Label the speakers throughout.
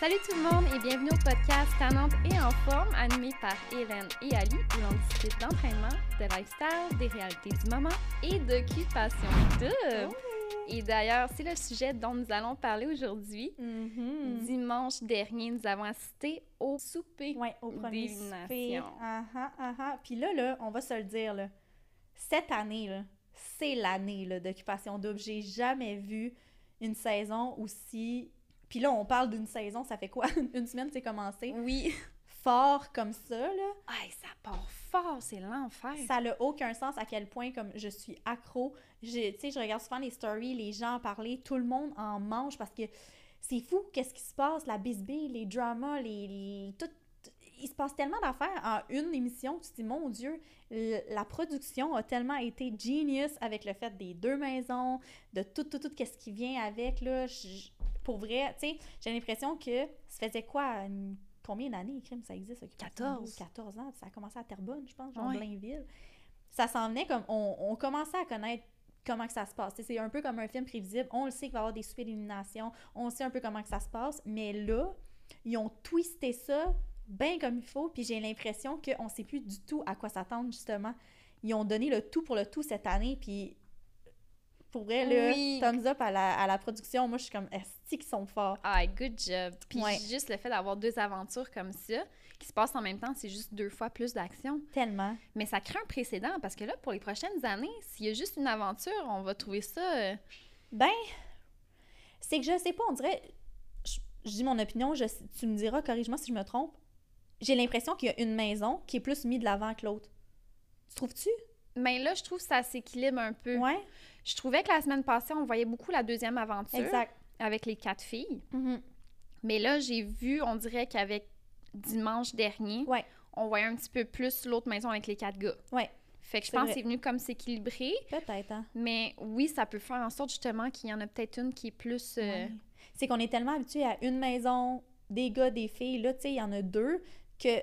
Speaker 1: Salut tout le monde et bienvenue au podcast Tannante et en forme, animé par Hélène et Ali, où on discute d'entraînement, de lifestyle, des réalités du moment et d'occupation double.
Speaker 2: Oh!
Speaker 1: Et d'ailleurs, c'est le sujet dont nous allons parler aujourd'hui. Mm-hmm.
Speaker 2: Mhm.
Speaker 1: Dimanche dernier, nous avons assisté au souper.
Speaker 2: Ouais, au premier
Speaker 1: D'élimination.
Speaker 2: souper. Ah ah, ah ah. Puis là, là, on va se le dire, là. cette année, là, c'est l'année là, d'Occupation Double. J'ai jamais vu une saison aussi... Puis là, on parle d'une saison, ça fait quoi? une semaine, c'est commencé.
Speaker 1: Oui.
Speaker 2: Fort comme ça, là.
Speaker 1: Ay, ça part fort, c'est l'enfer.
Speaker 2: Ça n'a aucun sens à quel point comme je suis accro. J'ai- Tu sais, je regarde souvent les stories, les gens en parler, tout le monde en mange parce que c'est fou qu'est-ce qui se passe, la bisbille, les dramas, les, les- tout. Il se passe tellement d'affaires en une émission, tu te dis, mon Dieu, l- la production a tellement été genius avec le fait des deux maisons, de tout, tout, tout, qu'est-ce qui vient avec, là. Je- pour vrai, tu sais, j'ai l'impression que ça faisait quoi, une- combien d'années, crime, ça existe, Occupation
Speaker 1: 14.
Speaker 2: Double? 14 ans, ça a commencé à Terrebonne, je pense, genre
Speaker 1: Ouais.
Speaker 2: Blainville. Ça s'en venait comme, on, on commençait à connaître comment que ça se passe. Tu sais, C'est un peu comme un film prévisible, on le sait qu'il va y avoir des soupers d'élimination, on sait un peu comment que ça se passe, mais là, ils ont twisté ça bien comme il faut, puis j'ai l'impression qu'on ne sait plus du tout à quoi s'attendre, justement. Ils ont donné le tout pour le tout cette année, puis pour vrai, là,
Speaker 1: Oui.
Speaker 2: thumbs up à la, à la production, moi, je suis comme, est-ce qu'ils sont forts?
Speaker 1: Ah, good job. Puis
Speaker 2: Ouais.
Speaker 1: juste le fait d'avoir deux aventures comme ça, qui se passent en même temps, c'est juste deux fois plus d'action.
Speaker 2: Tellement.
Speaker 1: Mais ça crée un précédent parce que là, pour les prochaines années, s'il y a juste une aventure, on va trouver ça. euh,
Speaker 2: Ben, c'est que je sais pas, on dirait. Je, je dis mon opinion, je- tu me diras, corrige-moi si je me trompe. J'ai l'impression qu'il y a une maison qui est plus mise de l'avant que l'autre. Tu trouves-tu?
Speaker 1: Mais là, je trouve que ça s'équilibre un peu.
Speaker 2: Ouais,
Speaker 1: Je trouvais que la semaine passée, on voyait beaucoup la deuxième aventure
Speaker 2: exact.
Speaker 1: avec les quatre filles.
Speaker 2: Mhm.
Speaker 1: Mais là, j'ai vu, on dirait qu'avec dimanche dernier,
Speaker 2: Ouais.
Speaker 1: on voyait un petit peu plus l'autre maison avec les quatre gars.
Speaker 2: Ouais.
Speaker 1: Fait que je
Speaker 2: C'est
Speaker 1: pense
Speaker 2: vrai.
Speaker 1: que c'est venu comme s'équilibrer.
Speaker 2: Peut-être, hein.
Speaker 1: Mais oui, ça peut faire en sorte justement qu'il y en a peut-être une qui est plus. euh,
Speaker 2: Ouais. C'est qu'on est tellement habitué à une maison, des gars, des filles. Là, tu sais, il y en a deux que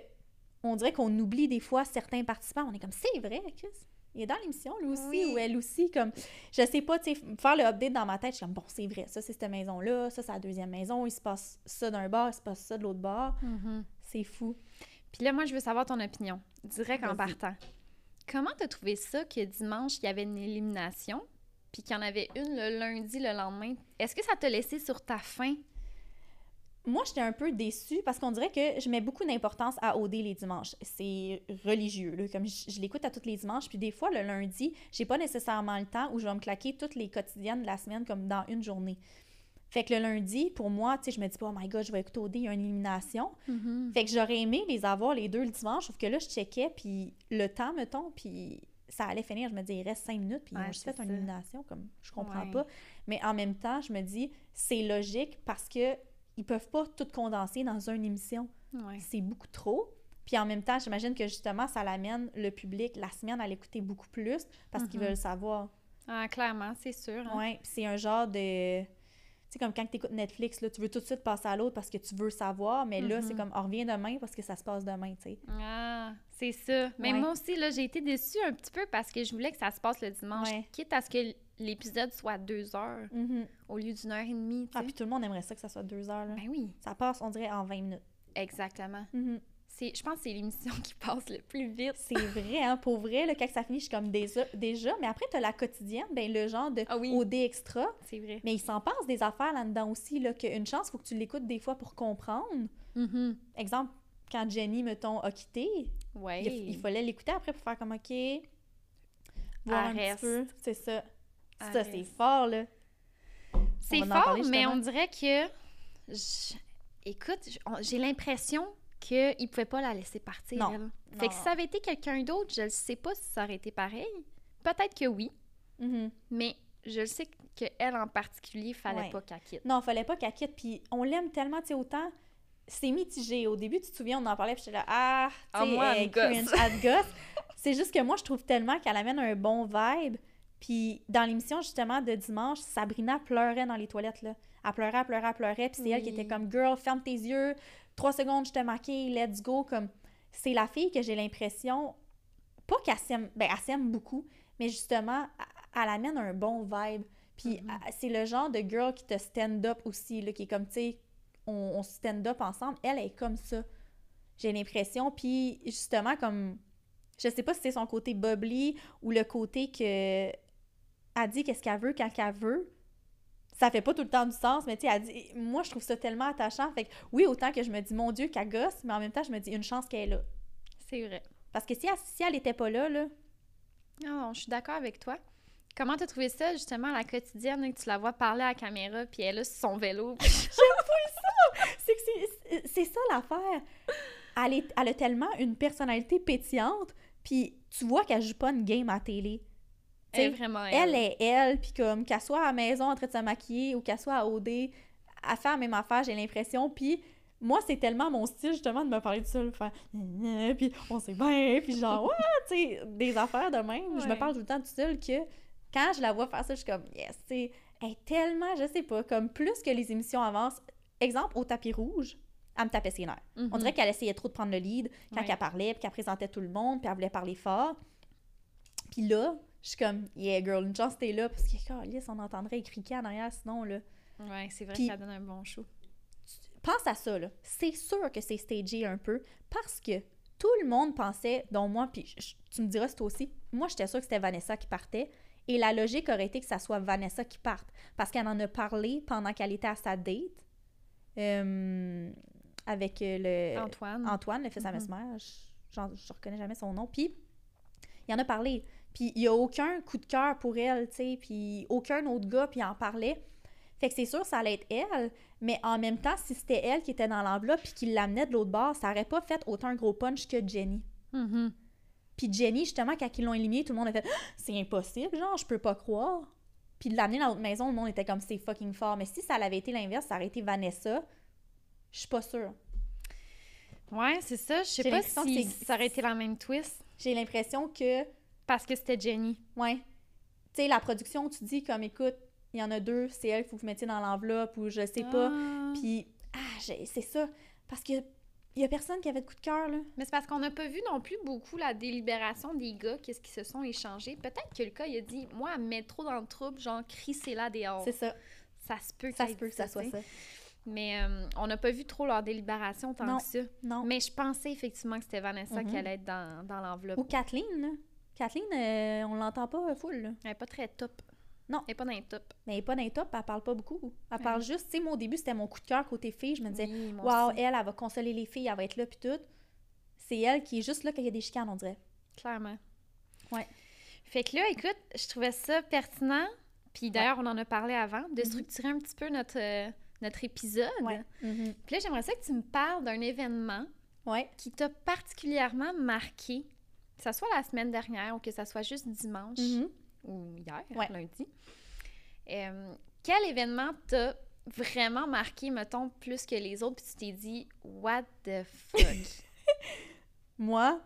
Speaker 2: on dirait qu'on oublie des fois certains participants. On est comme, c'est vrai, Chris. Il est dans l'émission, lui aussi,
Speaker 1: Oui.
Speaker 2: ou elle aussi. Comme, je sais pas, tu sais, f- faire le update dans ma tête, je suis comme, bon, c'est vrai, ça, c'est cette maison-là, ça, c'est la deuxième maison, il se passe ça d'un bar, il se passe ça de l'autre bar.
Speaker 1: mhm.
Speaker 2: C'est fou.
Speaker 1: Puis là, moi, je veux savoir ton opinion, direct en
Speaker 2: Vas-y.
Speaker 1: partant. Comment t'as trouvé ça que dimanche, il y avait une élimination, puis qu'il y en avait une le lundi, le lendemain? Est-ce que ça t'a laissé sur ta faim?
Speaker 2: Moi, j'étais un peu déçue parce qu'on dirait que je mets beaucoup d'importance à OD les dimanches. C'est religieux, là, comme je, je l'écoute à tous les dimanches. Puis des fois, le lundi, j'ai pas nécessairement le temps où je vais me claquer toutes les quotidiennes de la semaine comme dans une journée. Fait que le lundi, pour moi, tu sais, je me dis pas, oh my god, je vais écouter OD, il y a une élimination. Fait que j'aurais aimé les avoir les deux le dimanche, sauf que là, je checkais, puis le temps, mettons, puis ça allait finir. Je me dis, il reste cinq minutes, puis ils
Speaker 1: Ouais,
Speaker 2: ont juste
Speaker 1: c'est
Speaker 2: fait une
Speaker 1: ça.
Speaker 2: élimination, comme je comprends
Speaker 1: Ouais.
Speaker 2: pas. Mais en même temps, je me dis, c'est logique parce que ils peuvent pas tout condenser dans une émission.
Speaker 1: Ouais.
Speaker 2: C'est beaucoup trop. Puis en même temps, j'imagine que justement, ça l'amène le public la semaine à l'écouter beaucoup plus parce qu'ils
Speaker 1: Mhm.
Speaker 2: veulent savoir.
Speaker 1: Ah, clairement, c'est sûr. hein.
Speaker 2: Ouais, puis c'est un genre de. Tu sais, comme quand tu écoutes Netflix, là, tu veux tout de suite passer à l'autre parce que tu veux savoir, mais là, c'est
Speaker 1: Mhm.
Speaker 2: comme, on revient demain parce que ça se passe demain, tu sais.
Speaker 1: Ah, c'est ça. Mais
Speaker 2: Ouais.
Speaker 1: moi aussi, là, j'ai été déçue un petit peu parce que je voulais que ça se passe le dimanche,
Speaker 2: Ouais.
Speaker 1: quitte à ce que l'épisode soit deux heures
Speaker 2: Mhm.
Speaker 1: au lieu d'une heure et demie. Mm-hmm. tu
Speaker 2: Ah,
Speaker 1: sais.
Speaker 2: puis tout le monde aimerait ça que ça soit deux heures, là.
Speaker 1: Ben oui,
Speaker 2: Ça passe, on dirait, en 20 minutes.
Speaker 1: exactement.
Speaker 2: Mhm.
Speaker 1: C'est, je pense que c'est l'émission qui passe le plus vite.
Speaker 2: C'est vrai, hein, pour vrai, là, quand ça finit, je suis comme déjà, déjà. mais après, t'as la quotidienne, ben le genre de
Speaker 1: Ah oui.
Speaker 2: OD extra,
Speaker 1: C'est vrai.
Speaker 2: mais il s'en passe des affaires là-dedans aussi, là, qu'une chance, faut que tu l'écoutes des fois pour comprendre.
Speaker 1: Mhm.
Speaker 2: Exemple, quand Jenny, mettons, a quitté,
Speaker 1: Ouais.
Speaker 2: Il, il fallait l'écouter après pour faire comme OK. Voir un
Speaker 1: Arrête.
Speaker 2: petit peu. C'est ça. Ça,
Speaker 1: Arrête.
Speaker 2: c'est fort, là.
Speaker 1: C'est
Speaker 2: On va en
Speaker 1: fort,
Speaker 2: parler
Speaker 1: mais
Speaker 2: justement.
Speaker 1: on dirait que. je- Écoute, j- on- j'ai l'impression qu'ils ne pouvaient pas la laisser partir.
Speaker 2: Non.
Speaker 1: elle. Fait que si ça avait été quelqu'un d'autre, je ne sais pas si ça aurait été pareil. Peut-être que oui,
Speaker 2: Mhm.
Speaker 1: mais je le sais qu'elle en particulier, fallait
Speaker 2: Ouais.
Speaker 1: pas qu'elle quitte.
Speaker 2: Non, fallait pas qu'elle quitte. Puis on l'aime tellement, tu sais, autant. C'est mitigé. Au début, tu te souviens, on en parlait, puis j'étais là, ah, tu
Speaker 1: Ah,
Speaker 2: sais,
Speaker 1: moi, elle
Speaker 2: elle
Speaker 1: me gosse.
Speaker 2: cringe, elle te gosse. C'est juste que moi, je trouve tellement qu'elle amène un bon vibe. Puis dans l'émission, justement, de dimanche, Sabrina pleurait dans les toilettes, là. Elle pleurait, elle pleurait, elle pleurait. Puis c'est elle qui
Speaker 1: Oui.
Speaker 2: était comme, girl, ferme tes yeux. Trois secondes, je t'ai marqué, let's go. Comme, c'est la fille que j'ai l'impression, pas qu'elle s'aime, ben, elle s'aime beaucoup, mais justement, elle, elle amène un bon vibe. Puis euh,
Speaker 1: Mhm.
Speaker 2: elle- c'est le genre de girl qui te stand up aussi, là, qui est comme, tu sais, on, on stand-up ensemble, elle est comme ça. J'ai l'impression. Puis justement, comme. Je sais pas si c'est son côté bubbly ou le côté que. Elle dit qu'est-ce qu'elle veut quand qu'elle veut. Ça fait pas tout le temps du sens, mais tu sais, elle dit. Moi, je trouve ça tellement attachant. Fait que oui, autant que je me dis, mon Dieu, qu'elle gosse, mais en même temps, je me dis, une chance qu'elle est là.
Speaker 1: C'est vrai.
Speaker 2: Parce que si elle, si elle était pas là, là.
Speaker 1: Non, je suis d'accord avec toi. Comment t'as trouvé ça, justement, la quotidienne, hein, que tu la vois parler à la caméra, puis elle est là sur son vélo?
Speaker 2: C'est que c'est- c'est ça l'affaire. Elle, est- elle a tellement une personnalité pétillante, puis tu vois qu'elle joue pas une game à télé.
Speaker 1: Elle est
Speaker 2: T'sais,
Speaker 1: vraiment
Speaker 2: Elle est elle, puis comme qu'elle soit à la maison en train de se maquiller ou qu'elle soit à OD, elle fait la même affaire, j'ai l'impression. Puis moi, c'est tellement mon style justement de me parler tout seul, faire Gna, gna puis on sait bien, puis genre, ouais, tu sais, des affaires de même. Je me
Speaker 1: Ouais.
Speaker 2: parle tout le temps tout seul que quand je la vois faire ça, je suis comme, yes, tu sais, elle est tellement, je sais pas, comme plus que les émissions avancent. Exemple, au tapis rouge, elle me tapait ses nerfs.
Speaker 1: Mhm.
Speaker 2: On dirait qu'elle essayait trop de prendre le lead quand
Speaker 1: Ouais.
Speaker 2: elle parlait, puis qu'elle présentait tout le monde, puis elle voulait parler fort. Puis là, je suis comme, yeah, girl, une chance t'es là, parce que, calisse, on entendrait criquer en arrière, sinon, là.
Speaker 1: Ouais, c'est vrai
Speaker 2: Puis-
Speaker 1: que ça donne un bon show.
Speaker 2: Pense à ça, là. C'est sûr que c'est stagé un peu, parce que tout le monde pensait, dont moi, puis je- je- tu me diras, c'est toi aussi, moi, j'étais sûre que c'était Vanessa qui partait, et la logique aurait été que ça soit Vanessa qui parte, parce qu'elle en a parlé pendant qu'elle était à sa date euh, avec euh, le...
Speaker 1: Antoine.
Speaker 2: Antoine, le fils à
Speaker 1: Mhm.
Speaker 2: Mesmer, je- j'en- je reconnais jamais son nom. Puis, il en a parlé. Puis, il n'y a aucun coup de cœur pour elle, tu sais. Puis, aucun autre gars, puis il en parlait. Fait que c'est sûr, ça allait être elle. Mais en même temps, si c'était elle qui était dans l'enveloppe puis qui l'amenait de l'autre bord, ça aurait pas fait autant un gros punch que Jenny.
Speaker 1: Mhm.
Speaker 2: Puis Jenny, justement, quand ils l'ont éliminée, tout le monde a fait Ah, C'est impossible, genre, je peux pas croire. Puis de l'amener dans l'autre maison, le monde était comme C'est fucking fort. Mais si ça l'avait été l'inverse, ça aurait été Vanessa. Je suis pas sûre.
Speaker 1: Ouais, c'est ça. Je sais
Speaker 2: J'ai
Speaker 1: pas
Speaker 2: l'impression que
Speaker 1: si
Speaker 2: c'est-
Speaker 1: ça aurait été la même twist,
Speaker 2: J'ai l'impression que
Speaker 1: parce que c'était Jenny.
Speaker 2: Ouais. Tu sais, la production, tu dis comme, écoute, il y en a deux, c'est elle qu'il faut que vous mettiez dans l'enveloppe ou je sais pas.
Speaker 1: Ah.
Speaker 2: Puis, ah, j'ai- c'est ça. Parce que il y a personne qui avait de coup de cœur, là.
Speaker 1: Mais c'est parce qu'on n'a pas vu non plus beaucoup la délibération des gars, qu'est-ce qu'ils se sont échangés. Peut-être que le gars, il a dit Moi, elle me met trop dans le trouble, genre, crissez là dehors.
Speaker 2: C'est ça.
Speaker 1: Ça se peut que
Speaker 2: Ça
Speaker 1: ait
Speaker 2: se peut
Speaker 1: dit
Speaker 2: que ça soit
Speaker 1: tu sais.
Speaker 2: ça.
Speaker 1: Mais euh, on n'a pas vu trop leur délibération tant
Speaker 2: Non.
Speaker 1: que ça.
Speaker 2: Non.
Speaker 1: Mais je pensais effectivement que c'était Vanessa
Speaker 2: Mhm. Oh.
Speaker 1: qui allait être dans, dans l'enveloppe.
Speaker 2: Ou Kathleen, là. Kathleen, euh, on l'entend pas euh, full, là.
Speaker 1: Elle n'est pas très top.
Speaker 2: Non.
Speaker 1: Elle n'est pas dans les top.
Speaker 2: Mais elle est pas d'un top, elle parle pas beaucoup. Elle parle juste, tu sais, moi, au début, c'était mon coup de cœur côté fille. Je me disais,
Speaker 1: Oui, moi
Speaker 2: waouh,
Speaker 1: aussi.
Speaker 2: elle, elle va consoler les filles, elle va être là, puis tout. C'est elle qui est juste là quand il y a des chicanes, on dirait.
Speaker 1: Clairement.
Speaker 2: Ouais.
Speaker 1: Fait que là, écoute, je trouvais ça pertinent. Puis d'ailleurs, on en a parlé avant, de structurer un petit peu notre, euh, notre épisode.
Speaker 2: Mhm.
Speaker 1: Puis là, j'aimerais ça que tu me parles d'un événement
Speaker 2: Ouais.
Speaker 1: qui t'a particulièrement marqué, que ça soit la semaine dernière ou que ça soit juste dimanche
Speaker 2: Mhm.
Speaker 1: ou hier,
Speaker 2: Ouais.
Speaker 1: lundi. Euh, quel événement t'a vraiment marqué, mettons, plus que les autres, puis tu t'es dit « What the fuck?
Speaker 2: Moi,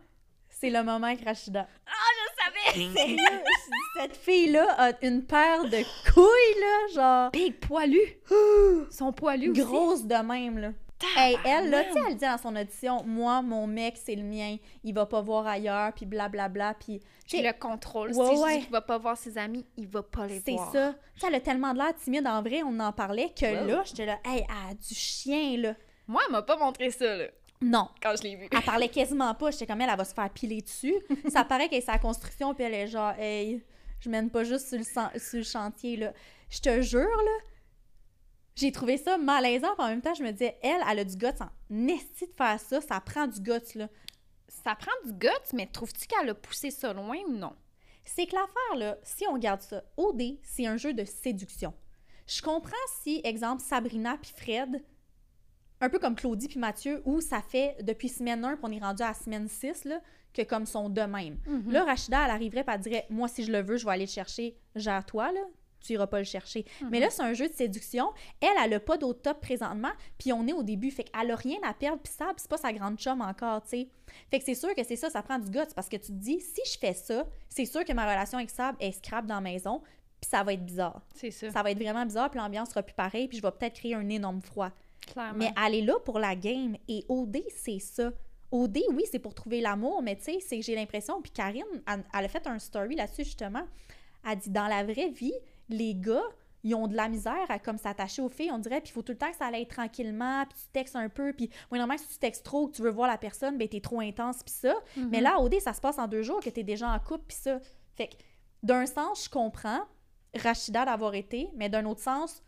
Speaker 2: c'est le moment avec Rachida. »
Speaker 1: Ah, Je savais!
Speaker 2: Sérieux, je dis, cette fille-là a une paire de couilles, là,
Speaker 1: Big poilu!
Speaker 2: genre,
Speaker 1: Son poilu aussi.
Speaker 2: grosse de même, là. Hey, elle, là, tu sais, elle dit dans son audition, moi, mon mec, c'est le mien, il va pas voir ailleurs, puis blablabla, puis...
Speaker 1: Puis le contrôle.
Speaker 2: Ouais,
Speaker 1: si je
Speaker 2: ouais.
Speaker 1: dis qu'il va pas voir ses amis, il va pas les
Speaker 2: C'est
Speaker 1: voir.
Speaker 2: ça. Tu sais, elle a tellement de l'air timide, en vrai, on en parlait, que
Speaker 1: Wow.
Speaker 2: là, j'étais là, hey, elle a du chien, là.
Speaker 1: Moi, elle m'a pas montré ça, là,
Speaker 2: Non.
Speaker 1: quand je l'ai vu.
Speaker 2: Elle parlait quasiment pas, j'étais comme, elle, elle va se faire piler dessus. ça paraît qu'elle est sa construction, puis elle est genre, hey, je mène pas juste sur le, san- sur le chantier, là. Je te jure, là, j'ai trouvé ça malaisant, puis en même temps, je me disais, elle, elle a du guts en esti de faire ça, ça prend du guts, là.
Speaker 1: Ça prend du guts, mais trouves-tu qu'elle a poussé ça loin ou non?
Speaker 2: C'est que l'affaire, là, si on regarde ça, OD, c'est un jeu de séduction. Je comprends si, exemple, Sabrina puis Fred, un peu comme Claudie puis Mathieu, où ça fait depuis semaine 1 qu'on est rendu à semaine 6, là, que comme sont de même.
Speaker 1: Mm.
Speaker 2: Là, Rachida, elle arriverait pas elle dirait Moi, si je le veux, je vais aller le chercher. Gère toi, là. Tu iras pas le chercher.
Speaker 1: Mm-hmm.
Speaker 2: Mais là, c'est un jeu de séduction. Elle, elle a pas d'autre top présentement. Puis on est au début. Fait qu'elle a rien à perdre. Puis ça, c'est pas sa grande chum encore, tu sais. Fait que c'est sûr que c'est ça, ça prend du guts. Parce que tu te dis Si je fais ça, c'est sûr que ma relation avec Sab, elle scrape dans la maison. Puis ça va être bizarre.
Speaker 1: C'est ça,
Speaker 2: Ça va être vraiment bizarre. Puis l'ambiance sera plus pareille. Puis je vais peut-être créer un énorme froid.
Speaker 1: clairement.
Speaker 2: Mais elle est là pour la game. Et OD, c'est ça. OD, oui, c'est pour trouver l'amour, mais tu sais, c'est que j'ai l'impression. Puis Karine, elle, elle a fait un story là-dessus, justement. Elle dit dans la vraie vie, les gars, ils ont de la misère à comme s'attacher aux filles, on dirait, puis il faut tout le temps que ça aille tranquillement, puis tu textes un peu, puis moi, normalement, si tu textes trop, que tu veux voir la personne, ben t'es trop intense, puis ça.
Speaker 1: Mm-hmm.
Speaker 2: Mais
Speaker 1: Mm.
Speaker 2: là, au dé, ça se passe en deux jours, que t'es déjà en couple, puis ça. Fait que, d'un sens, je comprends Rachida d'avoir été, mais d'un autre sens,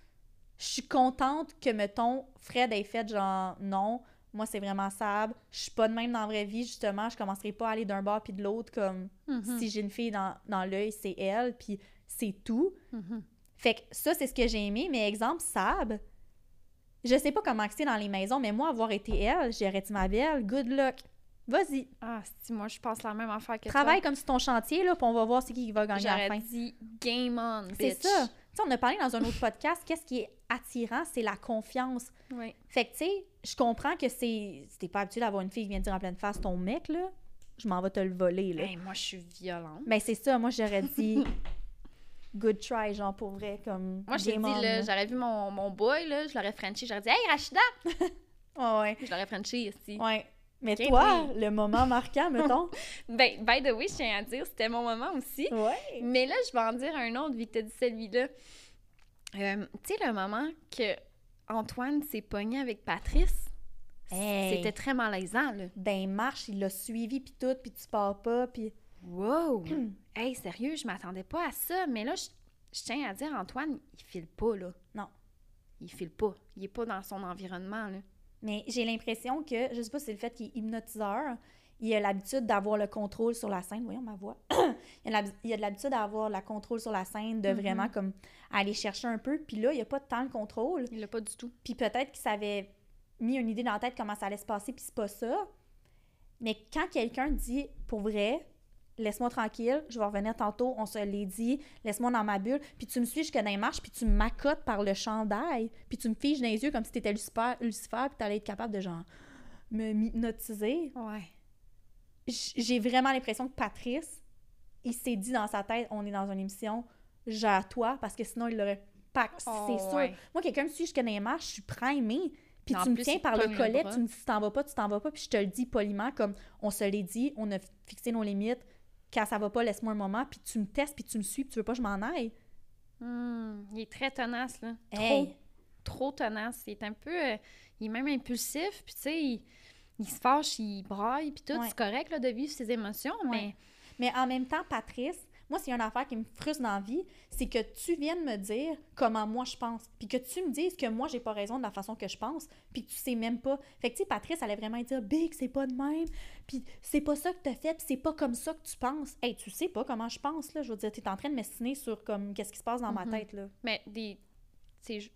Speaker 2: je suis contente que, mettons, Fred ait fait genre non, moi c'est vraiment sable, je suis pas de même dans la vraie vie, justement, je commencerai pas à aller d'un bord puis de l'autre comme
Speaker 1: Mhm.
Speaker 2: si j'ai une fille dans, dans l'œil, c'est elle, puis c'est tout.
Speaker 1: Mhm.
Speaker 2: Fait que ça, c'est ce que j'ai aimé, mais exemple, sable, je sais pas comment que c'est dans les maisons, mais moi, avoir été elle, j'aurais dit ma belle, good luck. Vas-y,
Speaker 1: Ah, si, moi, je pense la même affaire que
Speaker 2: travaille comme sur ton chantier, là, puis on va voir c'est qui qui va
Speaker 1: toi.
Speaker 2: gagner à la fin.
Speaker 1: J'aurais dit game on,
Speaker 2: C'est
Speaker 1: bitch.
Speaker 2: ça. Tu sais, on a parlé dans un autre podcast, qu'est-ce qui est attirant, c'est la confiance.
Speaker 1: Oui.
Speaker 2: Fait que, tu sais, je comprends que c'est. Si t'es pas habitué d'avoir une fille qui vient te dire en pleine face ton mec, là, je m'en vais te le voler, là.
Speaker 1: Hey, moi, je suis violente.
Speaker 2: Mais c'est ça, moi, j'aurais dit. Good try, genre, pour vrai, comme.
Speaker 1: Moi, je t'ai dit,
Speaker 2: game on,
Speaker 1: là, j'aurais vu mon, mon boy, là, je l'aurais frenché, j'aurais dit « Hey, Rachida!
Speaker 2: Ah ouais. »
Speaker 1: Je l'aurais frenché ici.
Speaker 2: Ouais. Mais
Speaker 1: Game
Speaker 2: toi, le moment marquant, mettons.
Speaker 1: Ben, by the way, je tiens à dire, c'était mon moment aussi.
Speaker 2: ouais.
Speaker 1: Mais là, je vais en dire un autre, vu que t'as dit celui-là. Euh, tu sais, le moment que Antoine s'est pogné avec Patrice,
Speaker 2: Hey.
Speaker 1: c'était très malaisant, là.
Speaker 2: D'un marche, il l'a suivi, puis tout, puis tu pars pas, puis.
Speaker 1: Wow! hey, sérieux, je m'attendais pas à ça. Mais là, je, je tiens à dire, Antoine, il file pas, là.
Speaker 2: Non.
Speaker 1: Il file pas. Il est pas dans son environnement, là.
Speaker 2: Mais j'ai l'impression que, je sais pas si c'est le fait qu'il est hypnotiseur, il a l'habitude d'avoir le contrôle sur la scène. Voyons ma voix. il, a l'hab- il a de l'habitude d'avoir le contrôle sur la scène, de
Speaker 1: Mhm.
Speaker 2: vraiment comme aller chercher un peu. Puis là, il a pas tant le contrôle.
Speaker 1: Il l'a pas du tout.
Speaker 2: Puis peut-être qu'il s'avait mis une idée dans la tête comment ça allait se passer, puis c'est pas ça. Mais quand quelqu'un dit pour vrai, laisse-moi tranquille, je vais revenir tantôt, on se l'est dit, laisse-moi dans ma bulle, puis tu me suis jusqu'à dans les marches, puis tu me m'accotes par le chandail, puis tu me fiches dans les yeux comme si t'étais Lucifer, Lucifer puis t'allais être capable de genre me hypnotiser.
Speaker 1: Ouais.
Speaker 2: J- J'ai vraiment l'impression que Patrice, il s'est dit dans sa tête, on est dans une émission, gère toi, parce que sinon il l'aurait pas.
Speaker 1: Oh,
Speaker 2: c'est sûr. Moi, quelqu'un me suit jusqu'à dans les marches, je suis primée. Puis
Speaker 1: En
Speaker 2: tu me
Speaker 1: plus,
Speaker 2: tiens
Speaker 1: il te
Speaker 2: par le
Speaker 1: pogne le
Speaker 2: collet,
Speaker 1: bras.
Speaker 2: tu me dis tu t'en vas pas, tu t'en vas pas, puis je te le dis poliment, comme on se l'est dit, on a fixé nos limites. Quand ça va pas, laisse-moi un moment, puis tu me testes, puis tu me suis, puis tu veux pas que je m'en aille.
Speaker 1: Hmm, il est très tenace, là.
Speaker 2: Hey.
Speaker 1: Trop, trop tenace. Il est un peu... euh, il est même impulsif, puis tu sais, il, il se fâche, il braille, puis tout.
Speaker 2: Ouais.
Speaker 1: C'est correct, là, de vivre ses émotions,
Speaker 2: Ouais.
Speaker 1: mais...
Speaker 2: Mais en même temps, Patrice, moi, s'il y a une affaire qui me frustre dans la vie, c'est que tu viennes me dire comment moi je pense, puis que tu me dises que moi, j'ai pas raison de la façon que je pense, puis que tu sais même pas. Fait que, tu sais, Patrice allait vraiment dire Big, c'est pas de même, puis c'est pas ça que t'as fait, puis c'est pas comme ça que tu penses. Hey, tu sais pas comment je pense, là. Je veux dire, t'es en train de m'estimer sur comme qu'est-ce qui se passe dans
Speaker 1: Mhm.
Speaker 2: ma tête, là.
Speaker 1: Mais des... tu sais,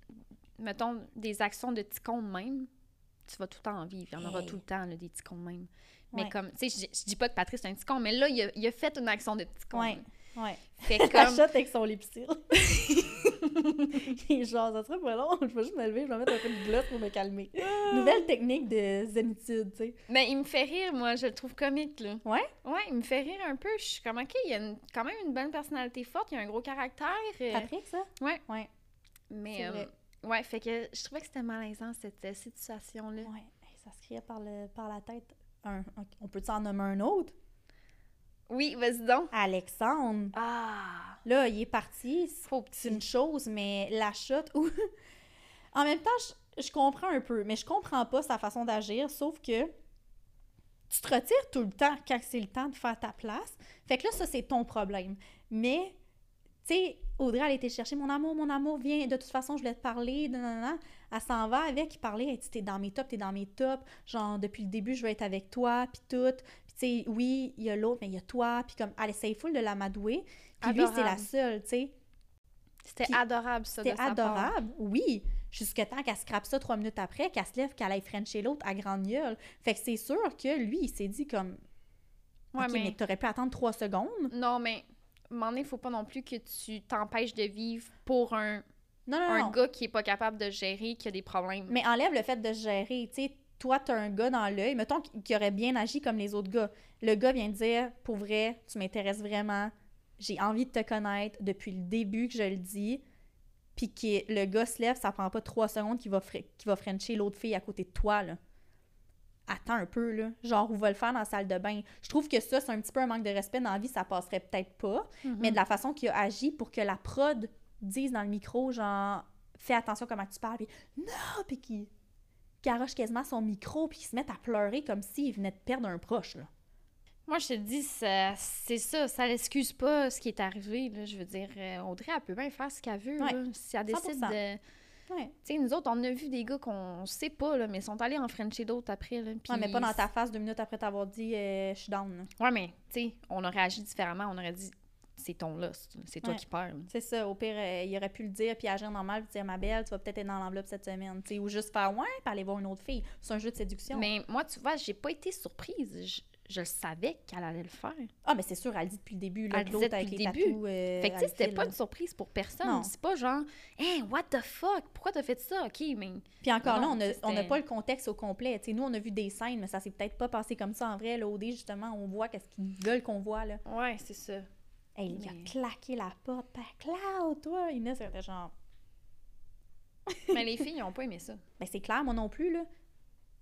Speaker 1: mettons, des actions de ticons de même, tu vas tout le temps en vivre. Il y en aura
Speaker 2: Hey.
Speaker 1: tout le temps, là, des ticons de même. Mais
Speaker 2: Ouais.
Speaker 1: comme, tu sais, je- je dis pas que Patrice est un ticon, mais là, il a, il a fait une action de ticon.
Speaker 2: Ouais. Ouais.
Speaker 1: Fait que
Speaker 2: La
Speaker 1: comme...
Speaker 2: chatte avec son lipstick. Il est genre, ça serait pas long, je vais juste me lever, je vais mettre un peu de gloss pour me calmer. Nouvelle technique de zénitude, tu sais.
Speaker 1: Mais il me fait rire, moi, je le trouve comique, là.
Speaker 2: Ouais?
Speaker 1: Ouais, il me fait rire un peu. Je suis comme, OK, il a une- quand même une bonne personnalité forte, il a un gros caractère. euh,
Speaker 2: Patrick, ça?
Speaker 1: Ouais.
Speaker 2: Ouais.
Speaker 1: mais,
Speaker 2: c'est
Speaker 1: euh,
Speaker 2: vrai.
Speaker 1: ouais, fait que je trouvais que c'était malaisant, cette euh, situation-là.
Speaker 2: Ouais, hey, ça se criait par, le, par la tête. Un, ok, on peut en nommer un autre?
Speaker 1: Oui, vas-y donc.
Speaker 2: Alexandre.
Speaker 1: Ah!
Speaker 2: Là, il est parti. c'est-
Speaker 1: Faux
Speaker 2: C'est
Speaker 1: petit.
Speaker 2: une chose, mais la shot ou. en même temps, je, je comprends un peu, mais je comprends pas sa façon d'agir, sauf que tu te retires tout le temps quand c'est le temps de faire ta place. Fait que là, ça, c'est ton problème. Mais, tu sais, Audrey, elle était chercher mon amour, mon amour, viens, de toute façon, je voulais te parler, nan, nan, nan. Elle s'en va avec, il parlait, elle dit, t'es dans mes tops, t'es dans mes tops, genre, depuis le début, je veux être avec toi, puis tout. Puis, tu sais, oui, il y a l'autre, mais il y a toi, puis comme, elle essaye full de l'amadouer. Puis lui, c'est la
Speaker 1: Adorable.
Speaker 2: seule, tu sais.
Speaker 1: C'était
Speaker 2: Puis,
Speaker 1: adorable, ça. de
Speaker 2: C'était
Speaker 1: sa part.
Speaker 2: adorable, oui. Jusqu'à temps qu'elle scrape ça trois minutes après, qu'elle se lève, qu'elle aille frencher l'autre à grande gueule. Fait que c'est sûr que lui, il s'est dit comme
Speaker 1: Ouais,
Speaker 2: OK,
Speaker 1: mais-
Speaker 2: mais, t'aurais pu attendre trois secondes.
Speaker 1: Non, mais, m'en est, faut pas non plus que tu t'empêches de vivre pour un,
Speaker 2: Non, non,
Speaker 1: un
Speaker 2: non.
Speaker 1: gars qui est pas capable de gérer, qui a des problèmes.
Speaker 2: Mais enlève le fait de se gérer. Tu sais, toi, t'as un gars dans l'œil, mettons qu'il qu'il aurait bien agi comme les autres gars. Le gars vient de dire Pour vrai, tu m'intéresses vraiment, j'ai envie de te connaître depuis le début que je le dis. Puis que le gars se lève, ça prend pas trois secondes qu'il va, fre- qu'il va frencher l'autre fille à côté de toi, là. Attends un peu, là. Genre, on va le faire dans la salle de bain. Je trouve que ça, c'est un petit peu un manque de respect dans la vie, ça passerait peut-être pas.
Speaker 1: Mhm.
Speaker 2: Mais de la façon qu'il a agi pour que la prod disent dans le micro, genre, fais attention comment tu parles, puis non, puis qui garoche quasiment son micro, puis qui se mettent à pleurer comme s'ils venaient de perdre un proche, là.
Speaker 1: Moi, je te dis, ça- c'est ça, ça l'excuse pas ce qui est arrivé. Là. Je veux dire, euh, Audrey, elle peut bien faire ce qu'elle veut.
Speaker 2: Ouais,
Speaker 1: là. Si elle décide
Speaker 2: 100%.
Speaker 1: de.
Speaker 2: Ouais.
Speaker 1: Tu sais, nous autres, on a vu des gars qu'on sait pas, là, mais sont allés en Frencher d'autres après. Là,
Speaker 2: Ouais, mais
Speaker 1: puis
Speaker 2: pas dans ta face deux minutes après t'avoir dit euh, je suis down. là.
Speaker 1: Ouais, mais tu sais, on aurait agi différemment. On aurait dit, c'est ton loss, c'est toi
Speaker 2: Ouais.
Speaker 1: qui perds. là.
Speaker 2: C'est ça, au pire, euh, il aurait pu le dire puis agir normal, puis dire ma belle, tu vas peut-être être dans l'enveloppe cette semaine, tu sais, ou juste faire ouais, puis aller voir une autre fille. C'est un jeu de séduction.
Speaker 1: Mais moi, tu vois, j'ai pas été surprise. Je, je le savais qu'elle allait le faire.
Speaker 2: Ah, mais c'est sûr, elle le dit depuis le début, là,
Speaker 1: Elle
Speaker 2: que
Speaker 1: le
Speaker 2: l'autre
Speaker 1: disait
Speaker 2: avec
Speaker 1: depuis
Speaker 2: les
Speaker 1: le début.
Speaker 2: tatous.
Speaker 1: fait
Speaker 2: euh,
Speaker 1: que tu
Speaker 2: elle
Speaker 1: sais,
Speaker 2: le
Speaker 1: c'était
Speaker 2: file,
Speaker 1: pas
Speaker 2: là.
Speaker 1: une surprise pour personne.
Speaker 2: Non.
Speaker 1: C'est pas genre, hey, what the fuck, pourquoi t'as fait ça? Ok, mais.
Speaker 2: Puis encore
Speaker 1: Ah Non,
Speaker 2: là,
Speaker 1: c'était-
Speaker 2: on a- on n'a pas le contexte au complet. Tu sais, nous, on a vu des scènes, mais ça s'est peut-être pas passé comme ça en vrai. Là, au dé, justement, on voit qu'est-ce qu'ils veulent qu'on voit, là.
Speaker 1: Ouais, c'est ça.
Speaker 2: Hey, il a
Speaker 1: Mais-
Speaker 2: claqué la porte. Ben, Cloud, toi! Inès, elle était genre...
Speaker 1: mais les filles, ils ont pas aimé ça.
Speaker 2: Ben, c'est clair, moi non plus, là.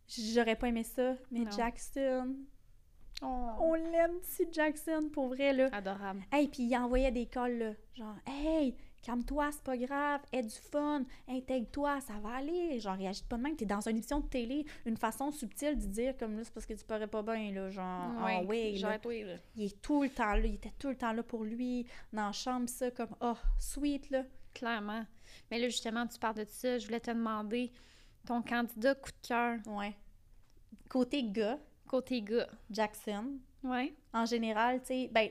Speaker 2: J'aurais pas aimé ça. Mais
Speaker 1: Non.
Speaker 2: Jackson...
Speaker 1: Oh,
Speaker 2: On l'aime, petit Jackson, pour vrai, là.
Speaker 1: Adorable.
Speaker 2: Hey, puis il envoyait des calls, là. Genre, hey, calme-toi, c'est pas grave, aie du fun, intègre-toi, ça va aller. Genre, réagis pas de même. T'es dans une émission de télé, une façon subtile de dire, comme là, c'est parce que tu parais pas bien, là. Genre, ah ouais, là.
Speaker 1: genre, oui, là.
Speaker 2: Il est tout le temps là, il était tout le temps là pour lui, dans la chambre, ça, comme, oh, sweet, là.
Speaker 1: clairement. Mais là, justement, tu parles de ça. Je voulais te demander ton candidat coup de cœur
Speaker 2: Ouais. Côté gars,
Speaker 1: côté gars.
Speaker 2: Jackson,
Speaker 1: Ouais.
Speaker 2: en général, tu sais, ben,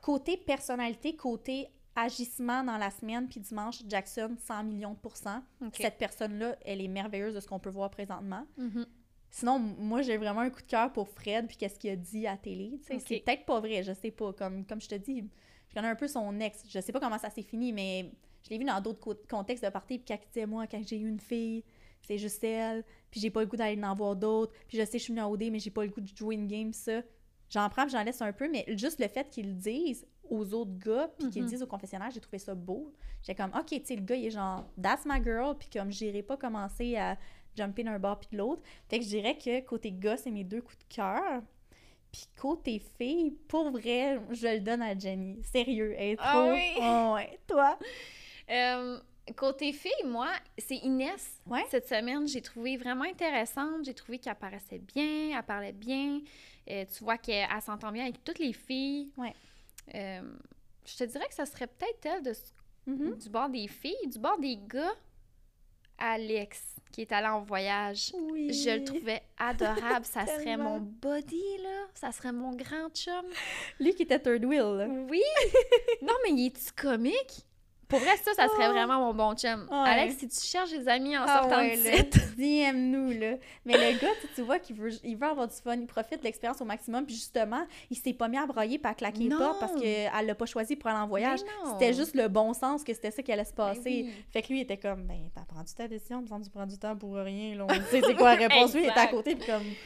Speaker 2: côté personnalité, côté agissement dans la semaine, puis dimanche, Jackson, 100 millions de pourcents.
Speaker 1: OK.
Speaker 2: Cette personne-là, elle est merveilleuse de ce qu'on peut voir présentement.
Speaker 1: Mhm.
Speaker 2: Sinon, m- moi, j'ai vraiment un coup de cœur pour Fred, puis qu'est-ce qu'il a dit à télé. tu sais.
Speaker 1: Ok.
Speaker 2: C'est peut-être pas vrai, je sais pas. Comme, comme je te dis, je connais un peu son ex. Je sais pas comment ça s'est fini, mais je l'ai vu dans d'autres co- contextes de party, puis quand il disait, moi, quand j'ai eu une fille, c'est juste elle, puis j'ai pas le goût d'aller en voir d'autres, puis je sais, je suis venue à OD, mais j'ai pas le goût de jouer une game, ça. J'en prends, puis j'en laisse un peu, mais juste le fait qu'ils le disent aux autres gars, puis qu'ils le
Speaker 1: Mhm.
Speaker 2: disent au confessionnal, j'ai trouvé ça beau. J'étais comme, OK, tu sais, le gars, il est genre, that's my girl, puis comme, j'irai pas commencer à jumper d'un bord puis de l'autre. Fait que je dirais que côté gars, c'est mes deux coups de cœur. Puis côté fille, pour vrai, je le donne à Jenny. Sérieux, elle est trop...
Speaker 1: Ah oui?
Speaker 2: Ah ouais, toi?
Speaker 1: Euh, côté fille, moi, c'est Inès.
Speaker 2: Ouais.
Speaker 1: Cette semaine, j'ai trouvé vraiment intéressante. J'ai trouvé qu'elle paraissait bien, elle parlait bien. Euh, tu vois qu'elle elle s'entend bien avec toutes les filles.
Speaker 2: Ouais.
Speaker 1: Euh, je te dirais que ça serait peut-être elle de ce
Speaker 2: Mhm.
Speaker 1: du bord des filles, du bord des gars, Alex, qui est allé en voyage.
Speaker 2: Oui.
Speaker 1: Je le trouvais adorable. Ça serait
Speaker 2: Tellement.
Speaker 1: mon body, là. Ça serait mon grand chum.
Speaker 2: Lui qui était third wheel, là.
Speaker 1: Oui! non, mais il est-tu comique? Pour vrai, ça, ça serait
Speaker 2: Oh.
Speaker 1: vraiment mon bon chum.
Speaker 2: Ouais.
Speaker 1: Alex, si tu cherches des amis en
Speaker 2: Ah
Speaker 1: sortant
Speaker 2: ouais,
Speaker 1: de
Speaker 2: là,
Speaker 1: site,
Speaker 2: DM-nous, là. Mais le gars, tu- tu vois qu'il veut, il veut avoir du fun, il profite de l'expérience au maximum, puis justement, il s'est pas mis à broyer puis à claquer
Speaker 1: Non.
Speaker 2: pas parce qu'elle l'a pas choisi pour aller en voyage.
Speaker 1: Mais non.
Speaker 2: C'était juste le bon sens que c'était ça qui allait se
Speaker 1: Ben
Speaker 2: passer.
Speaker 1: oui.
Speaker 2: Fait que lui, il était comme, ben, t'as prendu ta décision, puis tu prends du temps pour rien, là. On sait c'est quoi la réponse. lui, il était à
Speaker 1: Exact. Ah,
Speaker 2: côté, puis comme, tu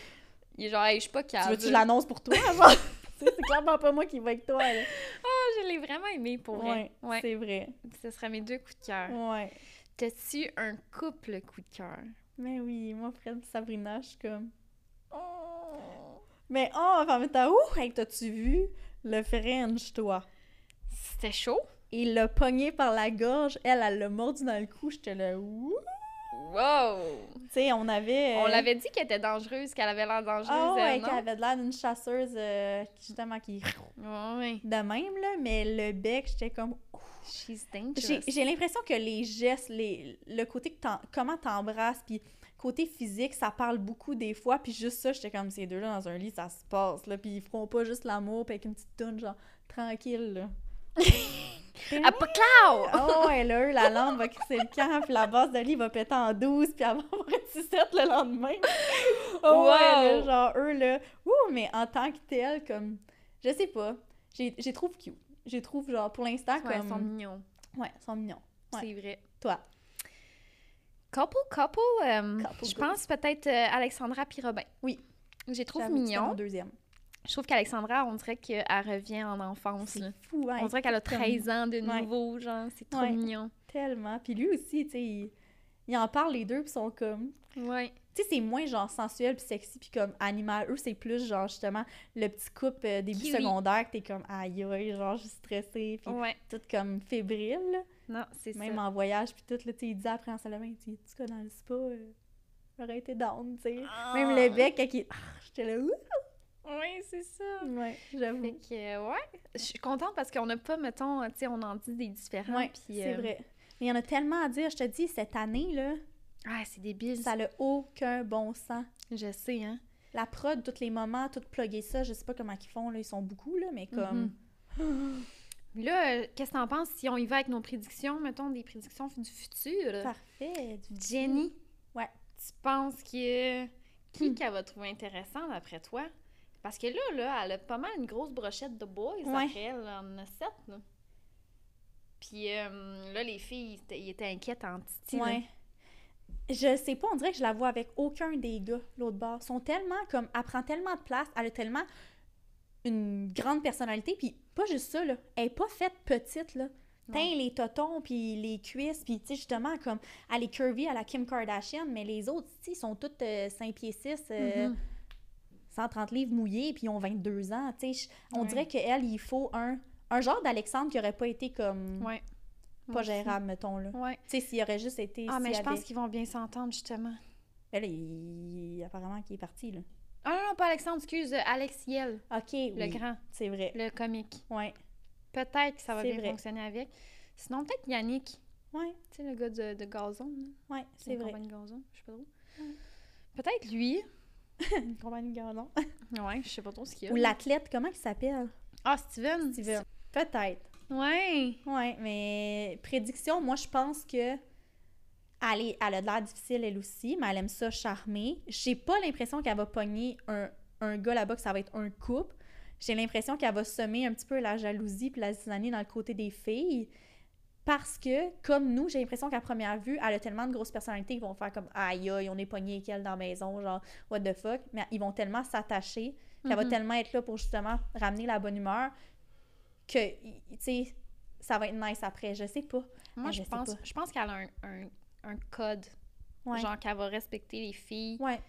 Speaker 1: Il est genre, Hey, je suis pas calme.
Speaker 2: veux-tu l'annonce pour toi, genre? Tu sais, c'est clairement pas moi qui vais avec toi, là.
Speaker 1: Ah, Je l'ai vraiment aimé, pour
Speaker 2: Ouais,
Speaker 1: vrai. Ouais.
Speaker 2: c'est vrai.
Speaker 1: Ce serait mes deux coups de cœur.
Speaker 2: Ouais.
Speaker 1: T'as-tu un couple coup de cœur?
Speaker 2: Mais oui, moi, Fred et Sabrina, je suis comme... Mais oh, enfin, mais t'as où? Hey, t'as-tu vu le French, toi?
Speaker 1: C'était chaud?
Speaker 2: Il l'a pogné par la gorge, elle, elle l'a mordu dans le cou, j'étais là, ouh!
Speaker 1: Wow!
Speaker 2: Tu sais, on avait...
Speaker 1: On
Speaker 2: euh,
Speaker 1: l'avait dit qu'elle était dangereuse, qu'elle avait l'air dangereuse,
Speaker 2: Ah ouais,
Speaker 1: elle, non?
Speaker 2: qu'elle avait de l'air d'une chasseuse, euh, qui, justement, qui...
Speaker 1: Ouais,
Speaker 2: De même, là, mais le bec, j'étais comme...
Speaker 1: she's dangerous.
Speaker 2: J'ai j'ai l'impression que les gestes, les, le côté que t'en- comment t'embrasses, puis côté physique, ça parle beaucoup des fois, puis juste ça, j'étais comme, ces deux-là, dans un lit, ça se passe, là, puis ils feront pas juste l'amour, puis avec une petite toune, genre, tranquille, là.
Speaker 1: Ah, pas Clau!
Speaker 2: Oh, elle a eu la lampe, va crisser le camp, puis la base de lit va péter en 12, puis elle va avoir un 17 le lendemain. Oh, ouais, là,
Speaker 1: Wow!
Speaker 2: genre, eux, là, ouh, mais en tant que tel, comme, je sais pas, j'ai j'ai trouve cute. J'ai trouve, genre, pour l'instant,
Speaker 1: Ouais, ils sont
Speaker 2: comme...
Speaker 1: mignons,
Speaker 2: Ouais, ils sont mignons. Ouais.
Speaker 1: c'est vrai.
Speaker 2: Toi?
Speaker 1: Couple, couple, euh,
Speaker 2: Couple,
Speaker 1: je
Speaker 2: couple.
Speaker 1: pense peut-être euh, Alexandra puis Robin.
Speaker 2: Oui.
Speaker 1: Je les trouve
Speaker 2: J'avoue que c'était mon
Speaker 1: mignons.
Speaker 2: deuxième.
Speaker 1: Je trouve qu'Alexandra, on dirait qu'elle revient en enfance. là.
Speaker 2: C'est fou, hein,
Speaker 1: On dirait qu'elle a
Speaker 2: comme-
Speaker 1: 13 ans de
Speaker 2: Ouais.
Speaker 1: nouveau, genre, c'est trop
Speaker 2: Ouais.
Speaker 1: mignon.
Speaker 2: Tellement. Puis lui aussi, tu sais, il, il en parle les deux, puis ils sont comme...
Speaker 1: Ouais.
Speaker 2: Tu sais, c'est moins genre sensuel, puis sexy, puis comme animal. Eux, c'est plus genre justement le petit couple euh, début
Speaker 1: Kiwi.
Speaker 2: secondaire que t'es comme aïe aïe, genre je suis stressée, puis
Speaker 1: Ouais.
Speaker 2: toute comme fébrile. là.
Speaker 1: Non, c'est ça.
Speaker 2: Même en voyage, puis tout, là, tu sais, il disait après en salle de bain, tu sais, Tu sais, dans le spa, euh, j'aurais été down, tu sais. Même le bec, quand il. Ah, j'étais là, ouh!
Speaker 1: Oui, Ah! c'est ça.
Speaker 2: Ouais,
Speaker 1: Fait
Speaker 2: j'avoue.
Speaker 1: que, euh, ouais, je suis contente parce qu'on n'a pas, mettons, tu sais, on en dit des différents.
Speaker 2: Ouais,
Speaker 1: puis,
Speaker 2: c'est
Speaker 1: euh,
Speaker 2: vrai. Mais il y en a tellement à dire, je te dis, cette année, là,
Speaker 1: Ah, c'est débile.
Speaker 2: ça n'a aucun bon sens.
Speaker 1: Je sais, hein.
Speaker 2: La prod, tous les moments, tout plugger ça, je sais pas comment ils font, là, ils sont beaucoup, là, mais comme.
Speaker 1: Mhm. Là, euh, qu'est-ce que t'en penses si on y va avec nos prédictions, mettons, des prédictions du futur?
Speaker 2: Parfait. du-
Speaker 1: Jenny.
Speaker 2: Ouais.
Speaker 1: Tu penses que qui qu'elle va trouver intéressant d'après toi? Parce que là, là, elle a pas mal une grosse brochette de boys
Speaker 2: Ouais.
Speaker 1: après elle, elle en a sept. là. Puis euh, là, les filles, ils étaient- ils étaient inquiètes en titi. là.
Speaker 2: Ouais. Je sais pas, on dirait que je la vois avec aucun des gars, l'autre bord. Ils sont tellement comme. Elle prend tellement de place, elle a tellement une grande personnalité, puis pas juste ça, là. Elle est pas faite petite, là.
Speaker 1: Non.
Speaker 2: Teint les totons, puis les cuisses, puis tu sais, justement, comme. Elle est curvy à la Kim Kardashian, mais les autres, tu sais, ils sont toutes 5 pieds euh, 6,
Speaker 1: Mhm.
Speaker 2: 130 livres mouillés, puis ils ont 22 ans, tu sais. je- On
Speaker 1: Ouais.
Speaker 2: dirait qu'elle, il faut un. Un genre d'Alexandre qui aurait pas été comme.
Speaker 1: Ouais. Moi
Speaker 2: Pas
Speaker 1: aussi.
Speaker 2: gérable, mettons, là.
Speaker 1: Ouais.
Speaker 2: Tu sais, s'il aurait juste été.
Speaker 1: Ah,
Speaker 2: si
Speaker 1: mais je
Speaker 2: elle
Speaker 1: pense
Speaker 2: avait-
Speaker 1: qu'ils vont bien s'entendre, justement.
Speaker 2: Ben là, il... apparemment qu'il est parti, là.
Speaker 1: Ah non, non, pas Alexandre, excuse, euh, Alex Yell,
Speaker 2: OK, oui,
Speaker 1: le grand,
Speaker 2: c'est vrai.
Speaker 1: le comique.
Speaker 2: Ouais,
Speaker 1: Peut-être que ça va
Speaker 2: C'est
Speaker 1: bien
Speaker 2: vrai.
Speaker 1: fonctionner avec. Sinon, peut-être Yannick,
Speaker 2: ouais,
Speaker 1: tu sais, le gars de, de Gazon. là.
Speaker 2: ouais, c'est
Speaker 1: une
Speaker 2: vrai.
Speaker 1: Compagnie gazon, je sais pas trop. Peut-être lui.
Speaker 2: Une compagnie gazon.
Speaker 1: Ouais, je sais pas trop ce qu'il y a.
Speaker 2: Ou l'athlète, comment il s'appelle?
Speaker 1: Ah, Steven.
Speaker 2: Steven. Peut-être.
Speaker 1: Ouais.
Speaker 2: Ouais, mais prédiction, moi, je pense que... Elle, est- elle a de l'air difficile, elle aussi, mais elle aime ça charmer. J'ai pas l'impression qu'elle va pogner un, un gars là-bas, que ça va être un couple. J'ai l'impression qu'elle va semer un petit peu la jalousie puis la zizanie dans le côté des filles. Parce que, comme nous, j'ai l'impression qu'à première vue, elle a tellement de grosses personnalités qu'ils vont faire comme aïe aïe, on est pogné avec elle dans la maison, genre what the fuck. Mais ils vont tellement s'attacher, puis elle va
Speaker 1: Mhm.
Speaker 2: tellement être là pour justement ramener la bonne humeur que, y- tu sais, ça va être nice après. Je sais pas.
Speaker 1: Moi,
Speaker 2: Ah,
Speaker 1: je
Speaker 2: je sais
Speaker 1: pense,
Speaker 2: pas.
Speaker 1: je pense qu'elle a un, un- un code.
Speaker 2: Ouais.
Speaker 1: Genre qu'elle va respecter les filles,
Speaker 2: Ouais,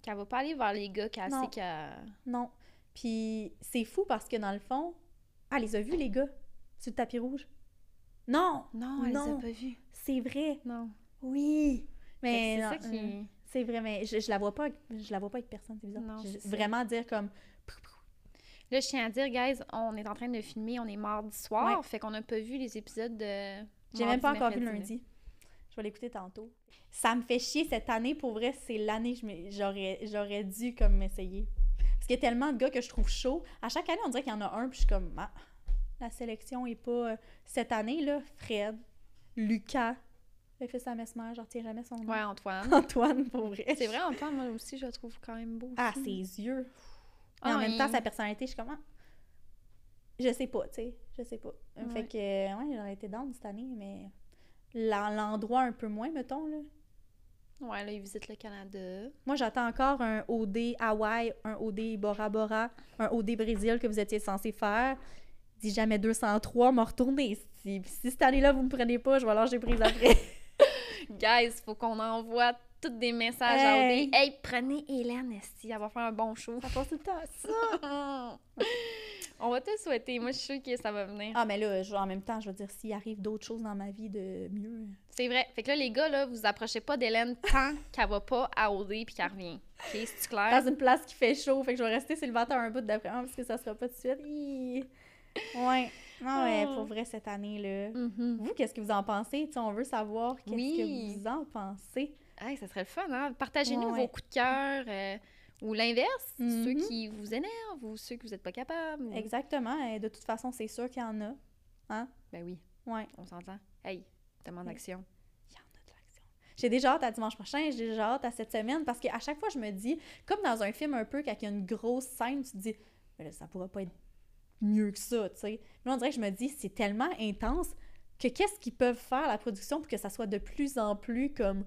Speaker 1: qu'elle va pas aller vers les gars qu'elle
Speaker 2: Non.
Speaker 1: sait qu'elle...
Speaker 2: non. Puis c'est fou parce que dans le fond, elle les a vus, les gars, sur le tapis rouge. Non,
Speaker 1: Non, elle les
Speaker 2: Non.
Speaker 1: a pas vus.
Speaker 2: c'est vrai.
Speaker 1: Non.
Speaker 2: Oui.
Speaker 1: Fait que
Speaker 2: Mais
Speaker 1: c'est ça
Speaker 2: non,
Speaker 1: qui...
Speaker 2: hum. C'est vrai, mais je, je la vois pas, avec- je la vois pas avec personne, c'est bizarre.
Speaker 1: Non,
Speaker 2: Je-
Speaker 1: c'est ça.
Speaker 2: vraiment dire comme
Speaker 1: Là, je tiens à dire, guys, on est en train de filmer, on est mardi soir, fait qu'on n'a pas vu les épisodes de...
Speaker 2: j'ai
Speaker 1: mardi,
Speaker 2: même pas encore vu
Speaker 1: mercredi, là.
Speaker 2: lundi. Je vais l'écouter tantôt. Ça me fait chier cette année pour vrai, c'est l'année que je me- j'aurais j'aurais dû comme m'essayer. Parce qu'il y a tellement de gars que je trouve chaud. À chaque année, on dirait qu'il y en a un puis je suis comme Ah, la sélection est pas euh, cette année là, Fred, Lucas, le fils à Mesmer, je retiens jamais son nom.
Speaker 1: Ouais, Antoine.
Speaker 2: Antoine pour vrai.
Speaker 1: c'est vrai, Antoine, moi aussi, je le trouve quand même beau.
Speaker 2: Ah,
Speaker 1: aussi.
Speaker 2: ses yeux. Mais en
Speaker 1: Ah,
Speaker 2: même temps,
Speaker 1: il-
Speaker 2: sa personnalité, je suis comme. ah, Je sais pas, tu sais. Je sais pas.
Speaker 1: Ouais.
Speaker 2: Fait que, ouais, j'aurais été down cette année, mais. l'en- L'endroit un peu moins, mettons, là.
Speaker 1: Ouais, là, il visite le Canada.
Speaker 2: Moi, j'attends encore un OD Hawaï, un OD Bora Bora, un OD Brésil que vous étiez censé faire. Dis jamais 203, m'en retourner. Si, Puis si cette année-là, vous me prenez pas, je vais lâcher prise après.
Speaker 1: Guys, faut qu'on envoie tous des messages
Speaker 2: Hey.
Speaker 1: à Audrey. Hey, prenez Hélène, esti, elle va faire un bon show.
Speaker 2: Ça passe tout le temps, ça.
Speaker 1: On va te le souhaiter. Moi, je suis sûre que ça va venir.
Speaker 2: Ah, mais là, je- en même temps, je veux dire, s'il arrive d'autres choses dans ma vie de mieux.
Speaker 1: C'est vrai. Fait que là, les gars, là, vous approchez pas d'Hélène tant qu'elle va pas à Audrey puis qu'elle revient. OK, c'est-tu clair?
Speaker 2: dans une place qui fait chaud. Fait que je vais rester célibataire un bout d'après moi parce que ça sera pas tout de suite. Hi. Ouais. Non, mais
Speaker 1: Oh.
Speaker 2: pour vrai, cette année-là.
Speaker 1: Mhm.
Speaker 2: Vous, qu'est-ce que vous en pensez? Tu sais, on veut savoir qu'est-ce
Speaker 1: Oui.
Speaker 2: que vous en pensez.
Speaker 1: Hey, ça serait le fun, hein? Partagez-nous
Speaker 2: Ouais.
Speaker 1: vos coups de cœur euh, ou l'inverse,
Speaker 2: Mhm.
Speaker 1: ceux qui vous énervent ou ceux que vous êtes pas capables. ou-
Speaker 2: Exactement. Et de toute façon, c'est sûr qu'il y en a.
Speaker 1: Ben oui,
Speaker 2: Ouais.
Speaker 1: on s'entend. Hey, demande
Speaker 2: Oui.
Speaker 1: action.
Speaker 2: Il y en a de l'action. J'ai déjà hâte à dimanche prochain, j'ai déjà hâte à cette semaine parce qu'à chaque fois, je me dis, comme dans un film un peu, quand il y a une grosse scène, tu te dis, mais là, ça pourrait pas être mieux que ça, tu sais. Mais là, on dirait que je me dis, c'est tellement intense que qu'est-ce qu'ils peuvent faire, la production, pour que ça soit de plus en plus comme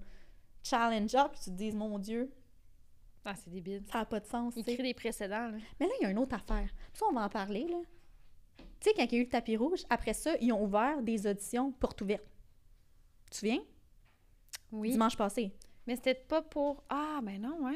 Speaker 2: challengeable, puis tu te dis, mon Dieu,
Speaker 1: Ah, c'est débile.
Speaker 2: ça n'a pas de sens, tu
Speaker 1: Il
Speaker 2: sais.
Speaker 1: crée des précédents, là.
Speaker 2: Mais là, il y a une autre affaire. Ça, on va en parler, là. Tu sais, quand il y a eu le tapis rouge, après ça, ils ont ouvert des auditions portes ouvertes. Tu te souviens?
Speaker 1: Oui.
Speaker 2: Dimanche passé.
Speaker 1: Mais c'était pas pour. Ah, ben non, hein.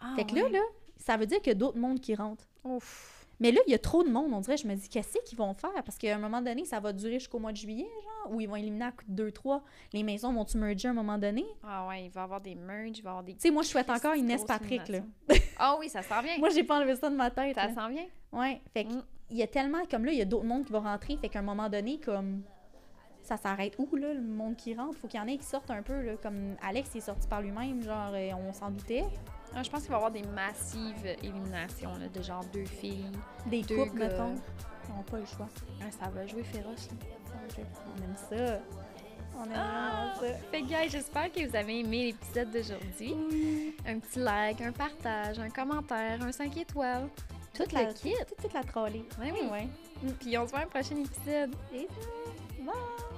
Speaker 1: Ah,
Speaker 2: Fait que là,
Speaker 1: ouais.
Speaker 2: là, ça veut dire qu'il y a d'autres mondes qui rentrent.
Speaker 1: Ouf.
Speaker 2: Mais là, il y a trop de monde, on dirait. Je me dis, qu'est-ce qu'ils vont faire? Parce qu'à un moment donné, ça va durer jusqu'au mois de juillet, genre, ou ils vont éliminer à coup de 2-3. Les maisons vont-tu merger à un moment donné?
Speaker 1: Ah ouais, il va y avoir des merges, il va y avoir des.
Speaker 2: Tu sais, moi, je souhaite encore
Speaker 1: Christy,
Speaker 2: Inès
Speaker 1: grosse
Speaker 2: Patrick, là.
Speaker 1: Ah oui, ça s'en vient.
Speaker 2: Moi, j'ai pas enlevé ça de ma tête.
Speaker 1: ça
Speaker 2: là.
Speaker 1: s'en vient.
Speaker 2: Ouais, fait que
Speaker 1: Mm.
Speaker 2: il y a tellement comme là, il y a d'autres mondes qui vont rentrer, fait qu'à un moment donné comme ça s'arrête où là le monde qui rentre, faut qu'il y en ait qui sortent un peu là, comme Alex il est sorti par lui-même, genre euh, on s'en doutait.
Speaker 1: Ah, je pense qu'il va y avoir des massives éliminations, là, de genre deux filles.
Speaker 2: Des
Speaker 1: Deux
Speaker 2: couples
Speaker 1: gars.
Speaker 2: mettons, ils n'ont pas le choix.
Speaker 1: Ah, ça va jouer féroce. là.
Speaker 2: On aime ça. On aime
Speaker 1: Ah!
Speaker 2: vraiment ça.
Speaker 1: Fait que, guys, j'espère que vous avez aimé l'épisode d'aujourd'hui. Un petit like, un partage, un commentaire, un 5 étoiles.
Speaker 2: Toute
Speaker 1: le
Speaker 2: la
Speaker 1: kit.
Speaker 2: toute, toute la trolley.
Speaker 1: Ouais, Ben oui.
Speaker 2: Ouais.
Speaker 1: Puis on se voit à un prochain épisode.
Speaker 2: Et ça, bye.